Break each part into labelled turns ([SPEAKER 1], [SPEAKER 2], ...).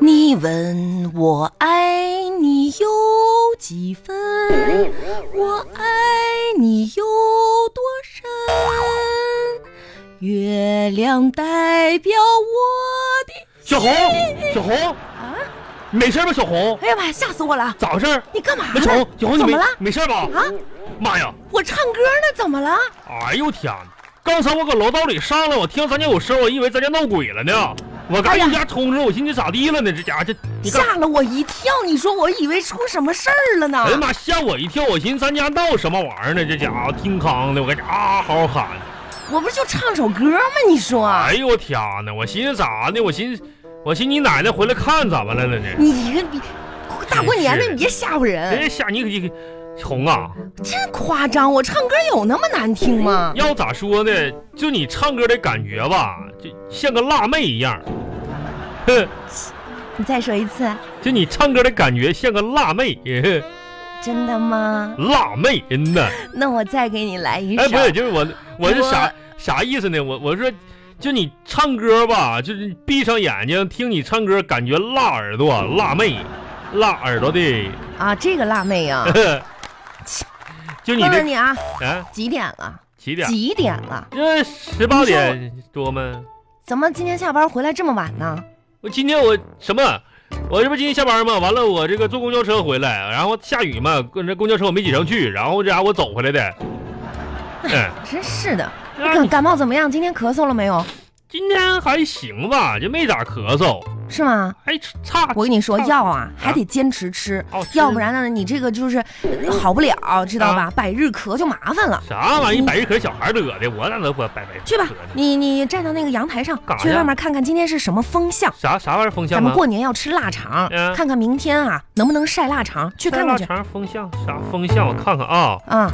[SPEAKER 1] 你问我爱你有几分？我爱你有多深？月亮代表我的
[SPEAKER 2] 小红，小红，
[SPEAKER 1] 啊！
[SPEAKER 2] 你没事吧？小红，
[SPEAKER 1] 哎呀妈呀，吓死我了！
[SPEAKER 2] 咋回事？
[SPEAKER 1] 你干嘛呢
[SPEAKER 2] 那小红，小红，你
[SPEAKER 1] 怎
[SPEAKER 2] 没嗯
[SPEAKER 1] 么了？
[SPEAKER 2] 没事吧？
[SPEAKER 1] 啊！
[SPEAKER 2] 妈呀！
[SPEAKER 1] 我唱歌呢，怎么了？
[SPEAKER 2] 哎呦天哪！刚才我搁楼道里上来，我听咱家有声，我以为咱家闹鬼了呢。我刚
[SPEAKER 1] 哎呀
[SPEAKER 2] 一家冲着，我寻思咋地了呢？这家伙这你干？
[SPEAKER 1] 吓了我一跳！你说我以为出什么事儿了呢
[SPEAKER 2] 哎？呀妈！吓我一跳！我寻思咱家闹什么玩意儿呢？这家伙听康的，我搁家嗷嗷喊。
[SPEAKER 1] 我不是就唱首歌吗？你说，
[SPEAKER 2] 哎呦我天哪！我寻思咋呢？我寻思，我寻思你奶奶回来看咱们来了呢。
[SPEAKER 1] 你一个你大过年的，
[SPEAKER 2] 是哎
[SPEAKER 1] 你别吓唬人，
[SPEAKER 2] 别吓你你你红啊！
[SPEAKER 1] 真夸张！我唱歌有那么难听吗？
[SPEAKER 2] 要咋说呢？就你唱歌的感觉吧，就像个辣妹一样。哼，
[SPEAKER 1] 你再说一次，
[SPEAKER 2] 就你唱歌的感觉像个辣妹， 呵呵
[SPEAKER 1] 真的吗？
[SPEAKER 2] 辣妹，嗯呐。
[SPEAKER 1] 那我再给你来一首。
[SPEAKER 2] 哎，不是，就是我，我是
[SPEAKER 1] 我
[SPEAKER 2] 啥啥意思呢？我我说，就你唱歌吧，就是闭上眼睛听你唱歌，感觉辣耳朵，辣妹，辣耳朵的。
[SPEAKER 1] 啊，这个辣妹啊，
[SPEAKER 2] 呵呵就 你
[SPEAKER 1] 问问
[SPEAKER 2] 这
[SPEAKER 1] 你啊，
[SPEAKER 2] 啊，
[SPEAKER 1] 几点了？
[SPEAKER 2] 几点？
[SPEAKER 1] 几点了？
[SPEAKER 2] 这十八
[SPEAKER 1] 你说
[SPEAKER 2] 点多吗？
[SPEAKER 1] 怎么今天下班回来这么晚呢？
[SPEAKER 2] 我今天我什么？我这不今天下班吗？完了，我这个坐公交车回来，然后下雨嘛，跟这公交车我没挤上去，然后这家伙我走回来 的。嗯，
[SPEAKER 1] 真是的，你
[SPEAKER 2] 那
[SPEAKER 1] 感
[SPEAKER 2] 你
[SPEAKER 1] 感冒怎么样？今天咳嗽了没有？
[SPEAKER 2] 今天还行吧，就没咋咳嗽，
[SPEAKER 1] 是吗？
[SPEAKER 2] 还差。
[SPEAKER 1] 我跟你说，
[SPEAKER 2] 差
[SPEAKER 1] 药啊还
[SPEAKER 2] 啊
[SPEAKER 1] 得坚持吃，
[SPEAKER 2] 哦吃
[SPEAKER 1] 要不然呢，你这个就是呃好不了，知道吧？
[SPEAKER 2] 啊
[SPEAKER 1] 百日咳就麻烦了。
[SPEAKER 2] 啥玩意儿？百日咳小孩得的，我咋能不百百日咳呢
[SPEAKER 1] 去吧，你你站到那个阳台上
[SPEAKER 2] 干，啥啊
[SPEAKER 1] 去
[SPEAKER 2] 呀
[SPEAKER 1] 外面看看今天是什么风向。
[SPEAKER 2] 啥啥玩意儿风
[SPEAKER 1] 咱
[SPEAKER 2] 向啊
[SPEAKER 1] 们
[SPEAKER 2] 吗？
[SPEAKER 1] 过年要吃腊肠，
[SPEAKER 2] 嗯
[SPEAKER 1] 看看明天啊能不能晒腊肠，去看看去
[SPEAKER 2] 大肠风向啥风向？我看看啊，
[SPEAKER 1] 啊！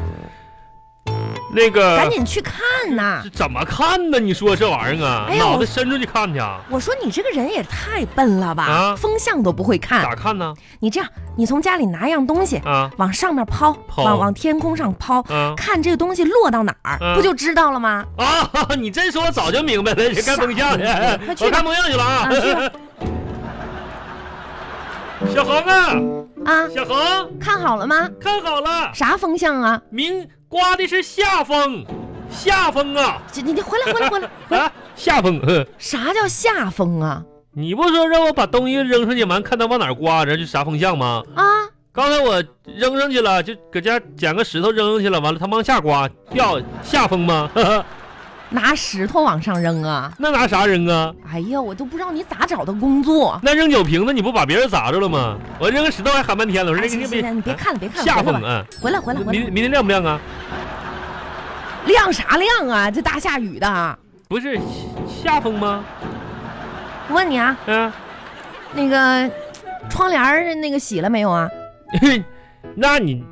[SPEAKER 2] 那个
[SPEAKER 1] 赶紧去看呐
[SPEAKER 2] 这！怎么看呢？你说这玩意儿啊
[SPEAKER 1] 哎，呀
[SPEAKER 2] 脑
[SPEAKER 1] 我
[SPEAKER 2] 子伸出去看去啊？
[SPEAKER 1] 我说你这个人也太笨了吧，
[SPEAKER 2] 啊
[SPEAKER 1] 风向都不会看。
[SPEAKER 2] 咋看呢？
[SPEAKER 1] 你这样，你从家里拿样东西
[SPEAKER 2] 啊
[SPEAKER 1] 往上面抛，
[SPEAKER 2] 抛
[SPEAKER 1] 往往天空上抛，
[SPEAKER 2] 啊
[SPEAKER 1] 看这个东西落到哪儿，
[SPEAKER 2] 嗯
[SPEAKER 1] 不就知道了吗？
[SPEAKER 2] 啊！你这说我早就明白了，你看风向去
[SPEAKER 1] 傻逼快，去吧
[SPEAKER 2] 我看风向去了啊
[SPEAKER 1] 啊去吧。
[SPEAKER 2] 小红啊，
[SPEAKER 1] 啊，
[SPEAKER 2] 小红，
[SPEAKER 1] 看好了吗？
[SPEAKER 2] 看好了，
[SPEAKER 1] 啥风向啊？
[SPEAKER 2] 明刮的是夏风，夏风啊
[SPEAKER 1] 这你你回来回来回来 回来！
[SPEAKER 2] 啊，夏风。呵
[SPEAKER 1] 啥叫下风啊？
[SPEAKER 2] 你不说让我把东西扔上去，完看它往哪儿刮，然后就啥风向吗？
[SPEAKER 1] 啊，
[SPEAKER 2] 刚才我扔上去了，就搁家捡个石头扔上去了，完了它往下刮，掉下风吗？ 呵呵
[SPEAKER 1] 拿石头往上扔啊！
[SPEAKER 2] 那拿啥扔啊？
[SPEAKER 1] 哎呀，我都不知道你咋找的工作。
[SPEAKER 2] 那扔酒瓶子你不把别人砸着了吗？我扔个石头还喊半天了，我说
[SPEAKER 1] 哎
[SPEAKER 2] 这
[SPEAKER 1] 行
[SPEAKER 2] 个
[SPEAKER 1] 行行，你别看了别看了，
[SPEAKER 2] 下
[SPEAKER 1] 回
[SPEAKER 2] 风
[SPEAKER 1] 来吧，
[SPEAKER 2] 啊！
[SPEAKER 1] 回来回来回
[SPEAKER 2] 明
[SPEAKER 1] 来，
[SPEAKER 2] 明天亮不亮啊？
[SPEAKER 1] 亮啥亮啊？这大下雨的。
[SPEAKER 2] 不是下风吗？
[SPEAKER 1] 我问你啊，
[SPEAKER 2] 嗯、
[SPEAKER 1] 那个窗帘儿那个洗了没有啊？
[SPEAKER 2] 那你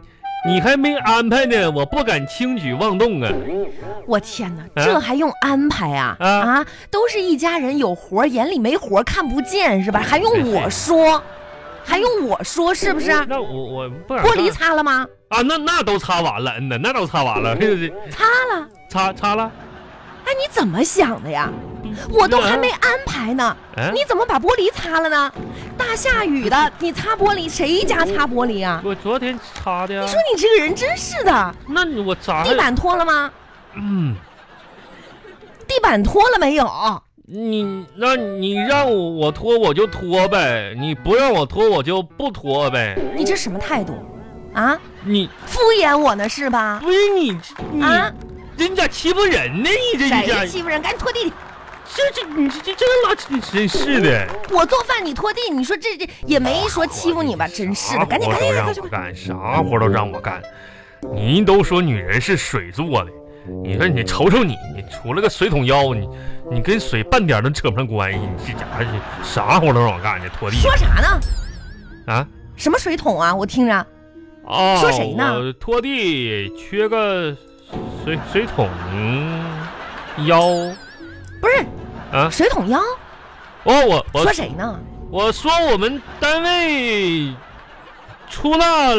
[SPEAKER 2] 你还没安排呢，我不敢轻举妄动啊！
[SPEAKER 1] 我天哪，这还用安排啊？
[SPEAKER 2] 啊
[SPEAKER 1] 啊，都是一家人，有活儿眼里没活儿看不见是吧？还用我说？还用我说是不是？
[SPEAKER 2] 那我我不敢
[SPEAKER 1] 玻璃
[SPEAKER 2] 干
[SPEAKER 1] 擦了吗？
[SPEAKER 2] 啊，那那都擦完了，嗯呐，那都擦完了， 是不是？
[SPEAKER 1] 擦了。
[SPEAKER 2] 擦擦了，
[SPEAKER 1] 哎，你怎么想的呀？我都还没安排呢，
[SPEAKER 2] 嗯、
[SPEAKER 1] 你怎么把玻璃擦了呢？大下雨的，你擦玻璃，谁家擦玻璃啊？
[SPEAKER 2] 我昨天擦的呀。啊
[SPEAKER 1] 你说你这个人真是的，
[SPEAKER 2] 那你我咋还
[SPEAKER 1] 地板拖了吗？
[SPEAKER 2] 嗯，
[SPEAKER 1] 地板拖了没有？
[SPEAKER 2] 你那你让我我拖我就拖呗，你不让我拖我就不拖呗。
[SPEAKER 1] 你这什么态度？啊，
[SPEAKER 2] 你
[SPEAKER 1] 敷衍我呢是吧？
[SPEAKER 2] 不是你这你、
[SPEAKER 1] 啊，
[SPEAKER 2] 这你咋欺负人呢？你这一下
[SPEAKER 1] 谁，欺负人？赶紧拖地去！
[SPEAKER 2] 这这你这这这老你真是的，
[SPEAKER 1] 我做饭你拖地，你说这这也没说欺负你吧？真是的，赶紧赶紧赶紧快去！
[SPEAKER 2] 啥活啊都让我干，啥活都让我干。您都说女人是水做的，你说你瞅瞅你，你除了个水桶腰，你你跟水半点都扯不上关系，你这家伙是啥活都让我干，你拖地
[SPEAKER 1] 说啥呢？
[SPEAKER 2] 啊
[SPEAKER 1] 什么水桶啊？我听着，
[SPEAKER 2] 啊！
[SPEAKER 1] 说谁呢
[SPEAKER 2] 我拖地缺个水水桶腰
[SPEAKER 1] 不是
[SPEAKER 2] 啊！
[SPEAKER 1] 水桶腰，
[SPEAKER 2] 哦，我我
[SPEAKER 1] 说谁呢？
[SPEAKER 2] 我说我们单位出纳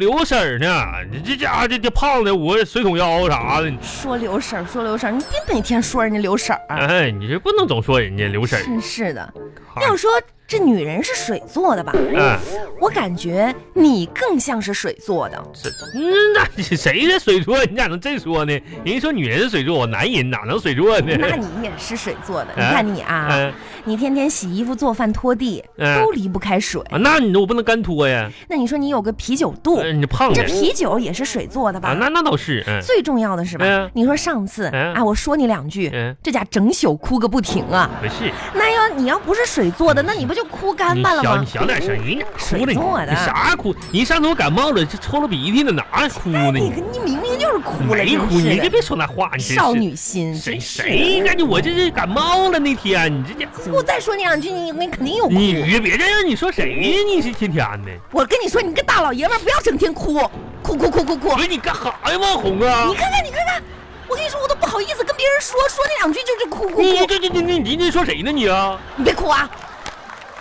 [SPEAKER 2] 刘婶儿呢，你这家伙这这胖的，我水桶腰啥的，
[SPEAKER 1] 说刘婶儿，说刘婶儿，你别每天说人家刘婶儿啊，
[SPEAKER 2] 哎哎，你这不能总说人家刘婶儿。
[SPEAKER 1] 真是的。
[SPEAKER 2] 哈
[SPEAKER 1] 要说这女人是水做的吧？
[SPEAKER 2] 嗯，
[SPEAKER 1] 我感觉你更像是水做的。
[SPEAKER 2] 这嗯，那你谁是水做？你咋能这说呢？人家说女人是水做，男人哪能水做呢？
[SPEAKER 1] 那你也是水做 的，你
[SPEAKER 2] 哎
[SPEAKER 1] 看你啊，
[SPEAKER 2] 嗯、
[SPEAKER 1] 你天天洗衣服、做饭、拖地，
[SPEAKER 2] 嗯
[SPEAKER 1] 都离不开水。
[SPEAKER 2] 啊，那你我不能干拖呀，
[SPEAKER 1] 那你说你有个啤酒肚，
[SPEAKER 2] 嗯，你胖
[SPEAKER 1] 这
[SPEAKER 2] 的
[SPEAKER 1] 啤酒也是水做的
[SPEAKER 2] 啊，
[SPEAKER 1] 吧？
[SPEAKER 2] 那那倒是，嗯
[SPEAKER 1] 最重要的是吧
[SPEAKER 2] 嗯？
[SPEAKER 1] 你说上次
[SPEAKER 2] 嗯
[SPEAKER 1] 啊，我说你两句，
[SPEAKER 2] 嗯，
[SPEAKER 1] 这家整宿哭个不停啊。
[SPEAKER 2] 不是，
[SPEAKER 1] 那要你要不是水做的，那你不就哭干
[SPEAKER 2] 你
[SPEAKER 1] 哎巴了
[SPEAKER 2] 小
[SPEAKER 1] 吗
[SPEAKER 2] 嗯你？小点声，人家
[SPEAKER 1] 水
[SPEAKER 2] 哭的，
[SPEAKER 1] 做
[SPEAKER 2] 你
[SPEAKER 1] 的
[SPEAKER 2] 你啥哭？你上次我感冒了，这抽了鼻涕了，哪哭呢？
[SPEAKER 1] 你
[SPEAKER 2] 你
[SPEAKER 1] 你明明就是哭了，
[SPEAKER 2] 没
[SPEAKER 1] 真
[SPEAKER 2] 哭，
[SPEAKER 1] 是
[SPEAKER 2] 你
[SPEAKER 1] 的
[SPEAKER 2] 就别说那话，你真是
[SPEAKER 1] 少女心，
[SPEAKER 2] 谁
[SPEAKER 1] 真是的
[SPEAKER 2] 谁让你我这是感冒了那天，啊你这家伙，
[SPEAKER 1] 我再说你两句，你你肯定有哭。
[SPEAKER 2] 你别这样，你说谁呀？你是天天的，
[SPEAKER 1] 我跟你说，你个大老爷们儿不要整天哭，哭哭哭哭哭。
[SPEAKER 2] 不是你干哈呀，网红啊
[SPEAKER 1] 你？看看，你看看，我跟你说，我都不好意思跟别人说，说那两句就就哭哭哭。
[SPEAKER 2] 你这这这你你你说谁呢你啊？
[SPEAKER 1] 你别哭啊！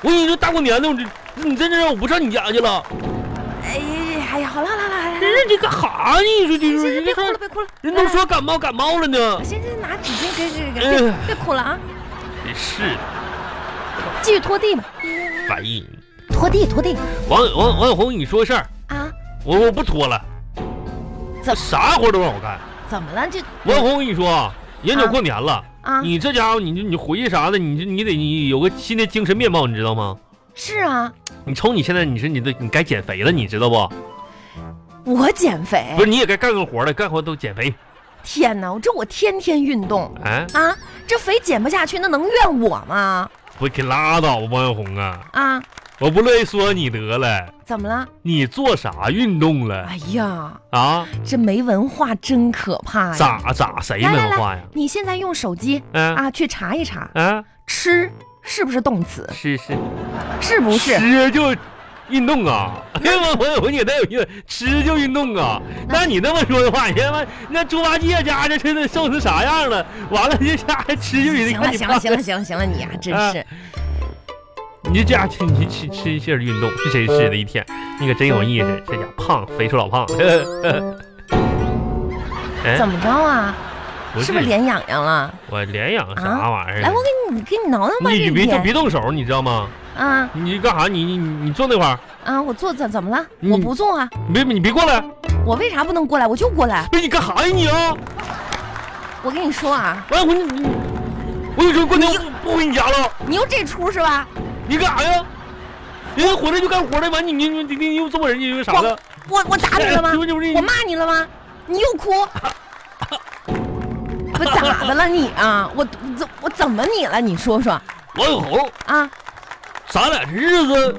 [SPEAKER 2] 我跟你说，大过年的，我这你真的让我不上你家去了。
[SPEAKER 1] 哎哎呀，好了好了好了好了，
[SPEAKER 2] 人家这干哈呢？啊你说这
[SPEAKER 1] 行
[SPEAKER 2] 是
[SPEAKER 1] 行，
[SPEAKER 2] 人
[SPEAKER 1] 别
[SPEAKER 2] 家
[SPEAKER 1] 哭了哎
[SPEAKER 2] 说
[SPEAKER 1] 别哭了，
[SPEAKER 2] 人都说感冒感冒了呢
[SPEAKER 1] 哎。。行行，拿纸巾给给给，别别哭了啊！
[SPEAKER 2] 真是的
[SPEAKER 1] 继续拖地吧，
[SPEAKER 2] 反应。
[SPEAKER 1] 拖地拖地
[SPEAKER 2] 王王王小红，你说事儿，
[SPEAKER 1] 啊！
[SPEAKER 2] 我我不拖了。
[SPEAKER 1] 怎
[SPEAKER 2] 啥活都让我干。
[SPEAKER 1] 怎么了这
[SPEAKER 2] 王小红，我跟你说啊，眼瞅过年了，
[SPEAKER 1] 啊？
[SPEAKER 2] 你这家伙，你你回去啥的，你你得你有个新的精神面貌，你知道吗？
[SPEAKER 1] 是啊，
[SPEAKER 2] 你瞅你现在，你说你都你该减肥了，你知道不？
[SPEAKER 1] 我减肥
[SPEAKER 2] 不。是，你也该干个活了，干活都减肥。
[SPEAKER 1] 天哪，我这我天天运动
[SPEAKER 2] 哎，
[SPEAKER 1] 啊，这肥减不下去，那能怨我吗？
[SPEAKER 2] 不给拉倒吧，王小红啊，
[SPEAKER 1] 啊，
[SPEAKER 2] 我不乐意说你得了，
[SPEAKER 1] 怎么了？
[SPEAKER 2] 你做啥运动了
[SPEAKER 1] 哎呀，
[SPEAKER 2] 啊？
[SPEAKER 1] 这没文化真可哎怕呀！
[SPEAKER 2] 咋咋谁没文化呀？
[SPEAKER 1] 你现在用手机
[SPEAKER 2] 嗯
[SPEAKER 1] 啊去查一查，
[SPEAKER 2] 嗯，
[SPEAKER 1] 吃是不是动词？
[SPEAKER 2] 是是。
[SPEAKER 1] 是不是？
[SPEAKER 2] 吃就运动 啊！哎呀，我我我你太有意思，吃就运动啊！
[SPEAKER 1] 那
[SPEAKER 2] 那你那么说的话，你他妈那猪八戒家这吃的瘦成啥样了？完了，这家还吃就运
[SPEAKER 1] 行
[SPEAKER 2] 动，看
[SPEAKER 1] 了
[SPEAKER 2] 你啊
[SPEAKER 1] 行了
[SPEAKER 2] 胖
[SPEAKER 1] 行了行了行了，你呀、真是
[SPEAKER 2] 你这家吃你吃吃一下运动，是谁吃的一天？你可真有意思，这家胖肥瘦老胖， 哎
[SPEAKER 1] 怎么着啊？
[SPEAKER 2] 不
[SPEAKER 1] 是不是脸痒痒了？
[SPEAKER 2] 我脸痒啥
[SPEAKER 1] 啊
[SPEAKER 2] 玩意儿？
[SPEAKER 1] 来，我给你给你挠挠吧，
[SPEAKER 2] 你
[SPEAKER 1] 这
[SPEAKER 2] 别就
[SPEAKER 1] 脸
[SPEAKER 2] 别动手，你知道吗？
[SPEAKER 1] 啊
[SPEAKER 2] 你干啥？你你你你坐那块儿，
[SPEAKER 1] 啊！我坐怎怎么了？
[SPEAKER 2] 你
[SPEAKER 1] 我不坐啊！
[SPEAKER 2] 你别你别过来！
[SPEAKER 1] 我为啥不能过来？我就过来。
[SPEAKER 2] 不是你干啥呀你啊？
[SPEAKER 1] 我跟你说啊，
[SPEAKER 2] 哎完我你你，我跟你说，过年我不回你家了，
[SPEAKER 1] 你又这出是吧？
[SPEAKER 2] 你干啥呀？人家回来就干活的，完你你你你又这么人家又啥的？
[SPEAKER 1] 我我打你了吗
[SPEAKER 2] 哎？不是不是
[SPEAKER 1] 我骂你了吗？你又哭。我咋的了你啊？我我怎我怎么你了？你说说
[SPEAKER 2] 王小红，
[SPEAKER 1] 啊！
[SPEAKER 2] 咱俩这日子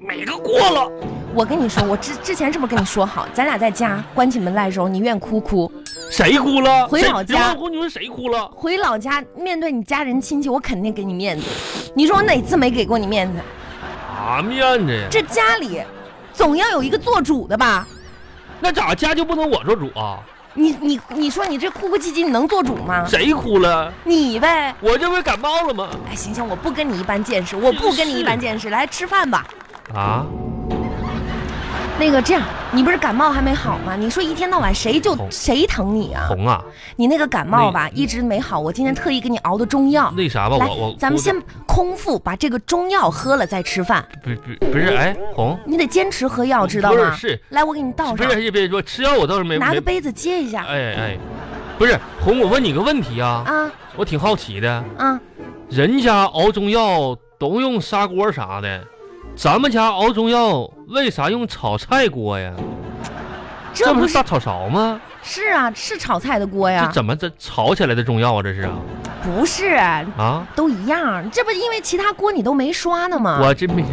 [SPEAKER 2] 每个过了，
[SPEAKER 1] 我跟你说，我之之前是不是跟你说好，咱俩在家关起门来的时候，你愿哭哭；
[SPEAKER 2] 谁哭了？
[SPEAKER 1] 回
[SPEAKER 2] 谁
[SPEAKER 1] 老家
[SPEAKER 2] 王小红，你说谁哭了？
[SPEAKER 1] 回老家面对你家人亲戚，我肯定给你面子。你说我哪次没给过你面子？
[SPEAKER 2] 啥面子呀？
[SPEAKER 1] 这家里总要有一个做主的吧？
[SPEAKER 2] 那咋家就不能我做主啊？
[SPEAKER 1] 你你你说你这哭哭唧唧，你能做主吗？
[SPEAKER 2] 谁哭了？
[SPEAKER 1] 你呗。
[SPEAKER 2] 我这不是感冒了吗？
[SPEAKER 1] 哎，行行，我不跟你一般见识，我不跟你一般见识。来吃饭吧。
[SPEAKER 2] 啊，
[SPEAKER 1] 那个这样，你不是感冒还没好吗？你说一天到晚谁就
[SPEAKER 2] 红
[SPEAKER 1] 谁疼你啊？
[SPEAKER 2] 红啊，
[SPEAKER 1] 你那个感冒吧
[SPEAKER 2] 那嗯
[SPEAKER 1] 一直没好，我今天特意给你熬的中药。
[SPEAKER 2] 那啥吧，
[SPEAKER 1] 来
[SPEAKER 2] 我我，
[SPEAKER 1] 咱们
[SPEAKER 2] 我
[SPEAKER 1] 先空腹把这个中药喝了再吃饭，
[SPEAKER 2] 不不不是哎，红
[SPEAKER 1] 你得坚持喝药，知道
[SPEAKER 2] 不是
[SPEAKER 1] 吗？
[SPEAKER 2] 是
[SPEAKER 1] 来，我给你倒
[SPEAKER 2] 不
[SPEAKER 1] 上，
[SPEAKER 2] 是别别说吃药，我倒是没
[SPEAKER 1] 拿
[SPEAKER 2] 没
[SPEAKER 1] 个杯子接一下。
[SPEAKER 2] 哎哎，不是红，我问你个问题啊，
[SPEAKER 1] 啊
[SPEAKER 2] 我挺好奇的，
[SPEAKER 1] 啊，
[SPEAKER 2] 人家熬中药都用砂锅啥的，咱们家熬中药为啥用炒菜锅呀？
[SPEAKER 1] 这
[SPEAKER 2] 不
[SPEAKER 1] 不
[SPEAKER 2] 是
[SPEAKER 1] 是啊
[SPEAKER 2] 大炒勺吗？
[SPEAKER 1] 是啊，是炒菜的锅
[SPEAKER 2] 这
[SPEAKER 1] 呀？
[SPEAKER 2] 怎么这炒起来的中药啊？这是啊
[SPEAKER 1] 不是，
[SPEAKER 2] 啊！
[SPEAKER 1] 都一样。这不因为其他锅你都没刷呢吗？
[SPEAKER 2] 我真没
[SPEAKER 1] 啊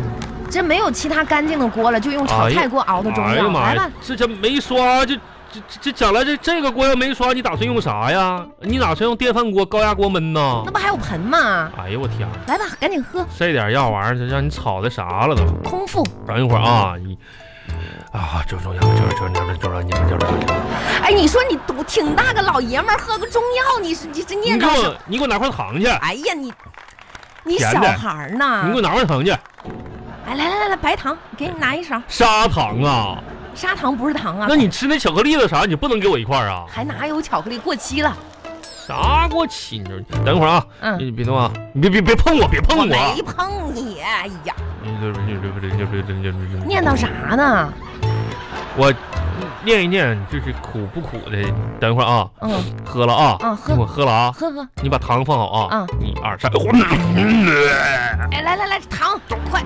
[SPEAKER 1] 这没有其他干净的锅了，就用炒
[SPEAKER 2] 哎呀
[SPEAKER 1] 菜锅熬的中
[SPEAKER 2] 哎呀
[SPEAKER 1] 药。
[SPEAKER 2] 妈
[SPEAKER 1] 来吧
[SPEAKER 2] 呀，，这这没刷就。这这这将来这这个锅要没刷，你打算用啥呀？你打算用电饭锅、高压锅焖呢
[SPEAKER 1] 那？不还有盆吗？
[SPEAKER 2] 哎呦我天，
[SPEAKER 1] 来吧，赶紧喝，
[SPEAKER 2] 这点药玩意儿，这让你炒的啥了都？
[SPEAKER 1] 空腹。
[SPEAKER 2] 等一会儿啊，你啊，周中药，周周周周周你们周周周，
[SPEAKER 1] 哎，你说你我挺大个老爷们儿，喝个中药，你是你这
[SPEAKER 2] 你
[SPEAKER 1] 念
[SPEAKER 2] 给
[SPEAKER 1] 叨什
[SPEAKER 2] 我你给我拿块糖去，
[SPEAKER 1] 哎呀，你你
[SPEAKER 2] 甜
[SPEAKER 1] 小
[SPEAKER 2] 的
[SPEAKER 1] 孩儿
[SPEAKER 2] 你给
[SPEAKER 1] 呢？
[SPEAKER 2] 我拿块糖去，
[SPEAKER 1] 哎，来来来来，白糖，给你拿一勺。
[SPEAKER 2] 砂糖啊，
[SPEAKER 1] 砂糖不是糖啊，
[SPEAKER 2] 那你吃那巧克力的啥，你不能给我一块儿啊？
[SPEAKER 1] 还哪有巧克力过期了？
[SPEAKER 2] 啥给我起？你这等一会儿啊，
[SPEAKER 1] 嗯，
[SPEAKER 2] 你别动啊，你别别别碰我，别碰
[SPEAKER 1] 我
[SPEAKER 2] 我啊。
[SPEAKER 1] 没碰你，哎呀，
[SPEAKER 2] 你这你这你这你这你这
[SPEAKER 1] 念叨啥呢？
[SPEAKER 2] 我念一念，就是苦不苦的。等一会儿啊，
[SPEAKER 1] 嗯，
[SPEAKER 2] 喝了啊，
[SPEAKER 1] 嗯喝
[SPEAKER 2] 我喝了啊，
[SPEAKER 1] 喝喝，
[SPEAKER 2] 你把糖放好啊。
[SPEAKER 1] 嗯
[SPEAKER 2] 一二三，
[SPEAKER 1] 哎，来来来，糖，快！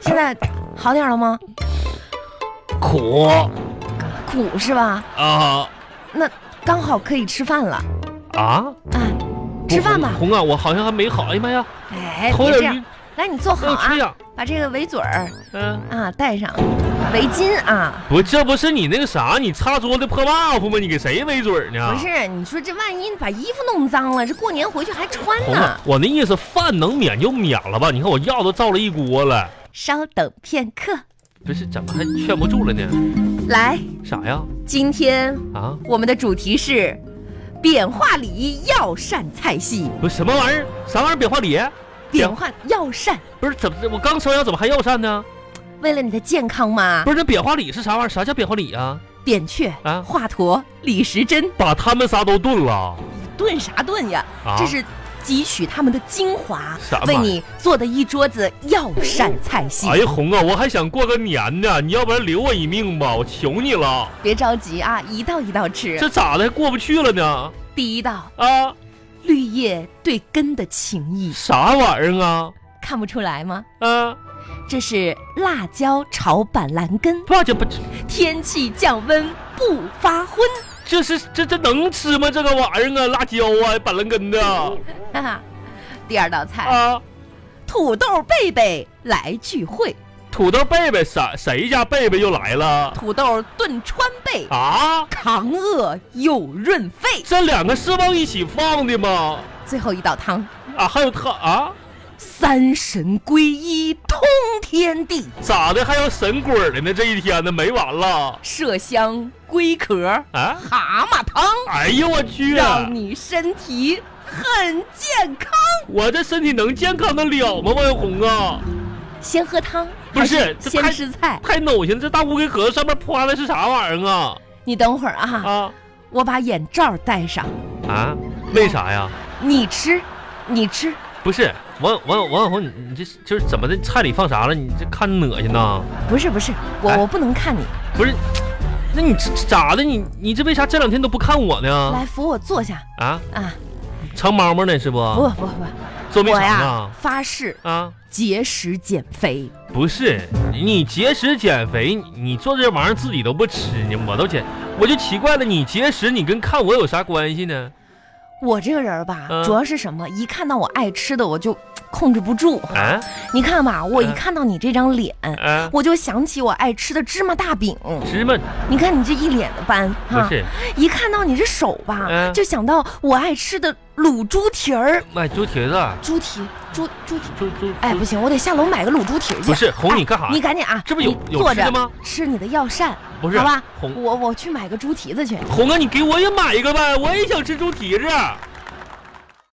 [SPEAKER 1] 现在好点了吗？
[SPEAKER 2] 苦
[SPEAKER 1] 苦是吧？
[SPEAKER 2] 啊
[SPEAKER 1] 那刚好可以吃饭了
[SPEAKER 2] 啊！
[SPEAKER 1] 啊，吃饭吧。
[SPEAKER 2] 红啊，我好像还没好。哎呀妈呀，
[SPEAKER 1] 哎，
[SPEAKER 2] 头
[SPEAKER 1] 别
[SPEAKER 2] 有
[SPEAKER 1] 这
[SPEAKER 2] 点
[SPEAKER 1] 样
[SPEAKER 2] 晕，，
[SPEAKER 1] 来，你坐好
[SPEAKER 2] 要
[SPEAKER 1] 啊
[SPEAKER 2] 吃，呀。
[SPEAKER 1] 把这个围嘴儿
[SPEAKER 2] 嗯，
[SPEAKER 1] 啊戴上，围巾啊。
[SPEAKER 2] 不，这不是你那个啥，你擦桌子破 buff 吗？你给谁围嘴呢？
[SPEAKER 1] 不是，啊你说这万一把衣服弄脏了，这过年回去还穿
[SPEAKER 2] 红啊
[SPEAKER 1] 呢。，
[SPEAKER 2] 我那意思，饭能免就免了吧。你看我药都造了一锅了，
[SPEAKER 1] 稍等片刻，
[SPEAKER 2] 不是怎么还劝不住了呢？
[SPEAKER 1] 来，
[SPEAKER 2] 啥呀？
[SPEAKER 1] 今天
[SPEAKER 2] 啊，
[SPEAKER 1] 我们的主题是扁化里药膳菜系。
[SPEAKER 2] 不是什么玩意儿？啥玩意儿？扁花梨？
[SPEAKER 1] 扁化药膳，
[SPEAKER 2] 不是怎么？我刚烧药怎么还药膳呢？
[SPEAKER 1] 为了你的健康嘛
[SPEAKER 2] 不。是，那扁花里是啥玩意儿？啥叫扁花里啊？
[SPEAKER 1] 扁鹊、
[SPEAKER 2] 啊
[SPEAKER 1] 华佗、李时珍，
[SPEAKER 2] 把他们仨都炖了
[SPEAKER 1] 炖啥炖呀？
[SPEAKER 2] 啊！
[SPEAKER 1] 这是汲取他们的精华
[SPEAKER 2] 啥，玩
[SPEAKER 1] 为
[SPEAKER 2] 意儿
[SPEAKER 1] 你做的一桌子药膳菜系。
[SPEAKER 2] 哎呀，红啊，我还想过个年呢，你要不然留我一命吧，我求你了。
[SPEAKER 1] 别着急啊，一道一道吃。
[SPEAKER 2] 这咋的还过不去了呢？
[SPEAKER 1] 第一道，
[SPEAKER 2] 啊，
[SPEAKER 1] 绿叶对根的情谊，
[SPEAKER 2] 啥玩意儿啊？
[SPEAKER 1] 看不出来吗？
[SPEAKER 2] 啊，
[SPEAKER 1] 这是辣椒炒板蓝根，
[SPEAKER 2] 不这不
[SPEAKER 1] 天气降温不发昏。
[SPEAKER 2] 这是这这能吃吗？这个玩意儿啊，辣椒啊，板蓝根的
[SPEAKER 1] 哈哈。第二道菜，
[SPEAKER 2] 啊，
[SPEAKER 1] 土豆贝贝来聚会，
[SPEAKER 2] 土豆贝贝啥谁家贝贝又来了
[SPEAKER 1] 土豆炖川贝，
[SPEAKER 2] 啊？
[SPEAKER 1] 扛饿又润肺。
[SPEAKER 2] 这两个是往一起放的吗？
[SPEAKER 1] 最后一道汤，
[SPEAKER 2] 啊，还有他啊，
[SPEAKER 1] 三神归一通天地，
[SPEAKER 2] 咋的还有神鬼儿的呢？这一天呢没完了
[SPEAKER 1] 麝香龟壳
[SPEAKER 2] 啊！
[SPEAKER 1] 蛤蟆汤，
[SPEAKER 2] 哎呦我去，
[SPEAKER 1] 让你身体很健康。
[SPEAKER 2] 我这身体能健康的了吗？万红啊，
[SPEAKER 1] 先喝汤，
[SPEAKER 2] 不是
[SPEAKER 1] 还
[SPEAKER 2] 这
[SPEAKER 1] 先
[SPEAKER 2] 太
[SPEAKER 1] 吃菜。
[SPEAKER 2] 太恶心！这大乌龟壳上面趴的是啥玩意儿啊？
[SPEAKER 1] 你等会儿啊
[SPEAKER 2] 啊
[SPEAKER 1] 我把眼罩戴上，
[SPEAKER 2] 啊，为啥呀？
[SPEAKER 1] 你吃，你吃，
[SPEAKER 2] 不是王王王小红，你你这就是怎么的？菜里放啥了？你这看恶心呐？
[SPEAKER 1] 不是不是，我、
[SPEAKER 2] 哎
[SPEAKER 1] 我不能看你，
[SPEAKER 2] 不是，那你这咋的？你你这为啥这两天都不看我呢？
[SPEAKER 1] 来扶我坐下
[SPEAKER 2] 啊，
[SPEAKER 1] 啊！
[SPEAKER 2] 藏猫猫呢是不？
[SPEAKER 1] 不不不，
[SPEAKER 2] 做面
[SPEAKER 1] 我
[SPEAKER 2] 肠
[SPEAKER 1] 呀
[SPEAKER 2] 啊？
[SPEAKER 1] 发誓
[SPEAKER 2] 啊，
[SPEAKER 1] 节食减肥，
[SPEAKER 2] 不是，你节食减肥，你你做这玩意儿自己都不吃呢，我都减，我就奇怪了，你节食，你跟看我有啥关系呢？
[SPEAKER 1] 我这个人吧，
[SPEAKER 2] 嗯
[SPEAKER 1] 主要是什么？一看到我爱吃的，我就控制不住。
[SPEAKER 2] 啊
[SPEAKER 1] 你看吧，我一
[SPEAKER 2] 嗯
[SPEAKER 1] 看到你这张脸。
[SPEAKER 2] 啊，
[SPEAKER 1] 我就啊想起我爱吃的芝麻大饼，
[SPEAKER 2] 芝麻
[SPEAKER 1] 你看你这一脸的斑
[SPEAKER 2] 不
[SPEAKER 1] 哈，
[SPEAKER 2] 是，
[SPEAKER 1] 一看到你这手吧，
[SPEAKER 2] 嗯
[SPEAKER 1] 就想到我爱吃的卤猪蹄儿，
[SPEAKER 2] 买哎猪蹄子，
[SPEAKER 1] 猪蹄，猪猪蹄，
[SPEAKER 2] 猪猪，
[SPEAKER 1] 哎，不行，我得下楼买个卤猪蹄儿去。
[SPEAKER 2] 嗯不是红，你干啥
[SPEAKER 1] 哎你？赶紧啊！
[SPEAKER 2] 这不有
[SPEAKER 1] 你
[SPEAKER 2] 有
[SPEAKER 1] 坐
[SPEAKER 2] 吃
[SPEAKER 1] 着
[SPEAKER 2] 的吗？
[SPEAKER 1] 吃你的药膳，
[SPEAKER 2] 不是
[SPEAKER 1] 好吧，
[SPEAKER 2] 红
[SPEAKER 1] 我我去买个猪蹄子去。
[SPEAKER 2] 红啊，你给我也买一个呗，我也想吃猪蹄子。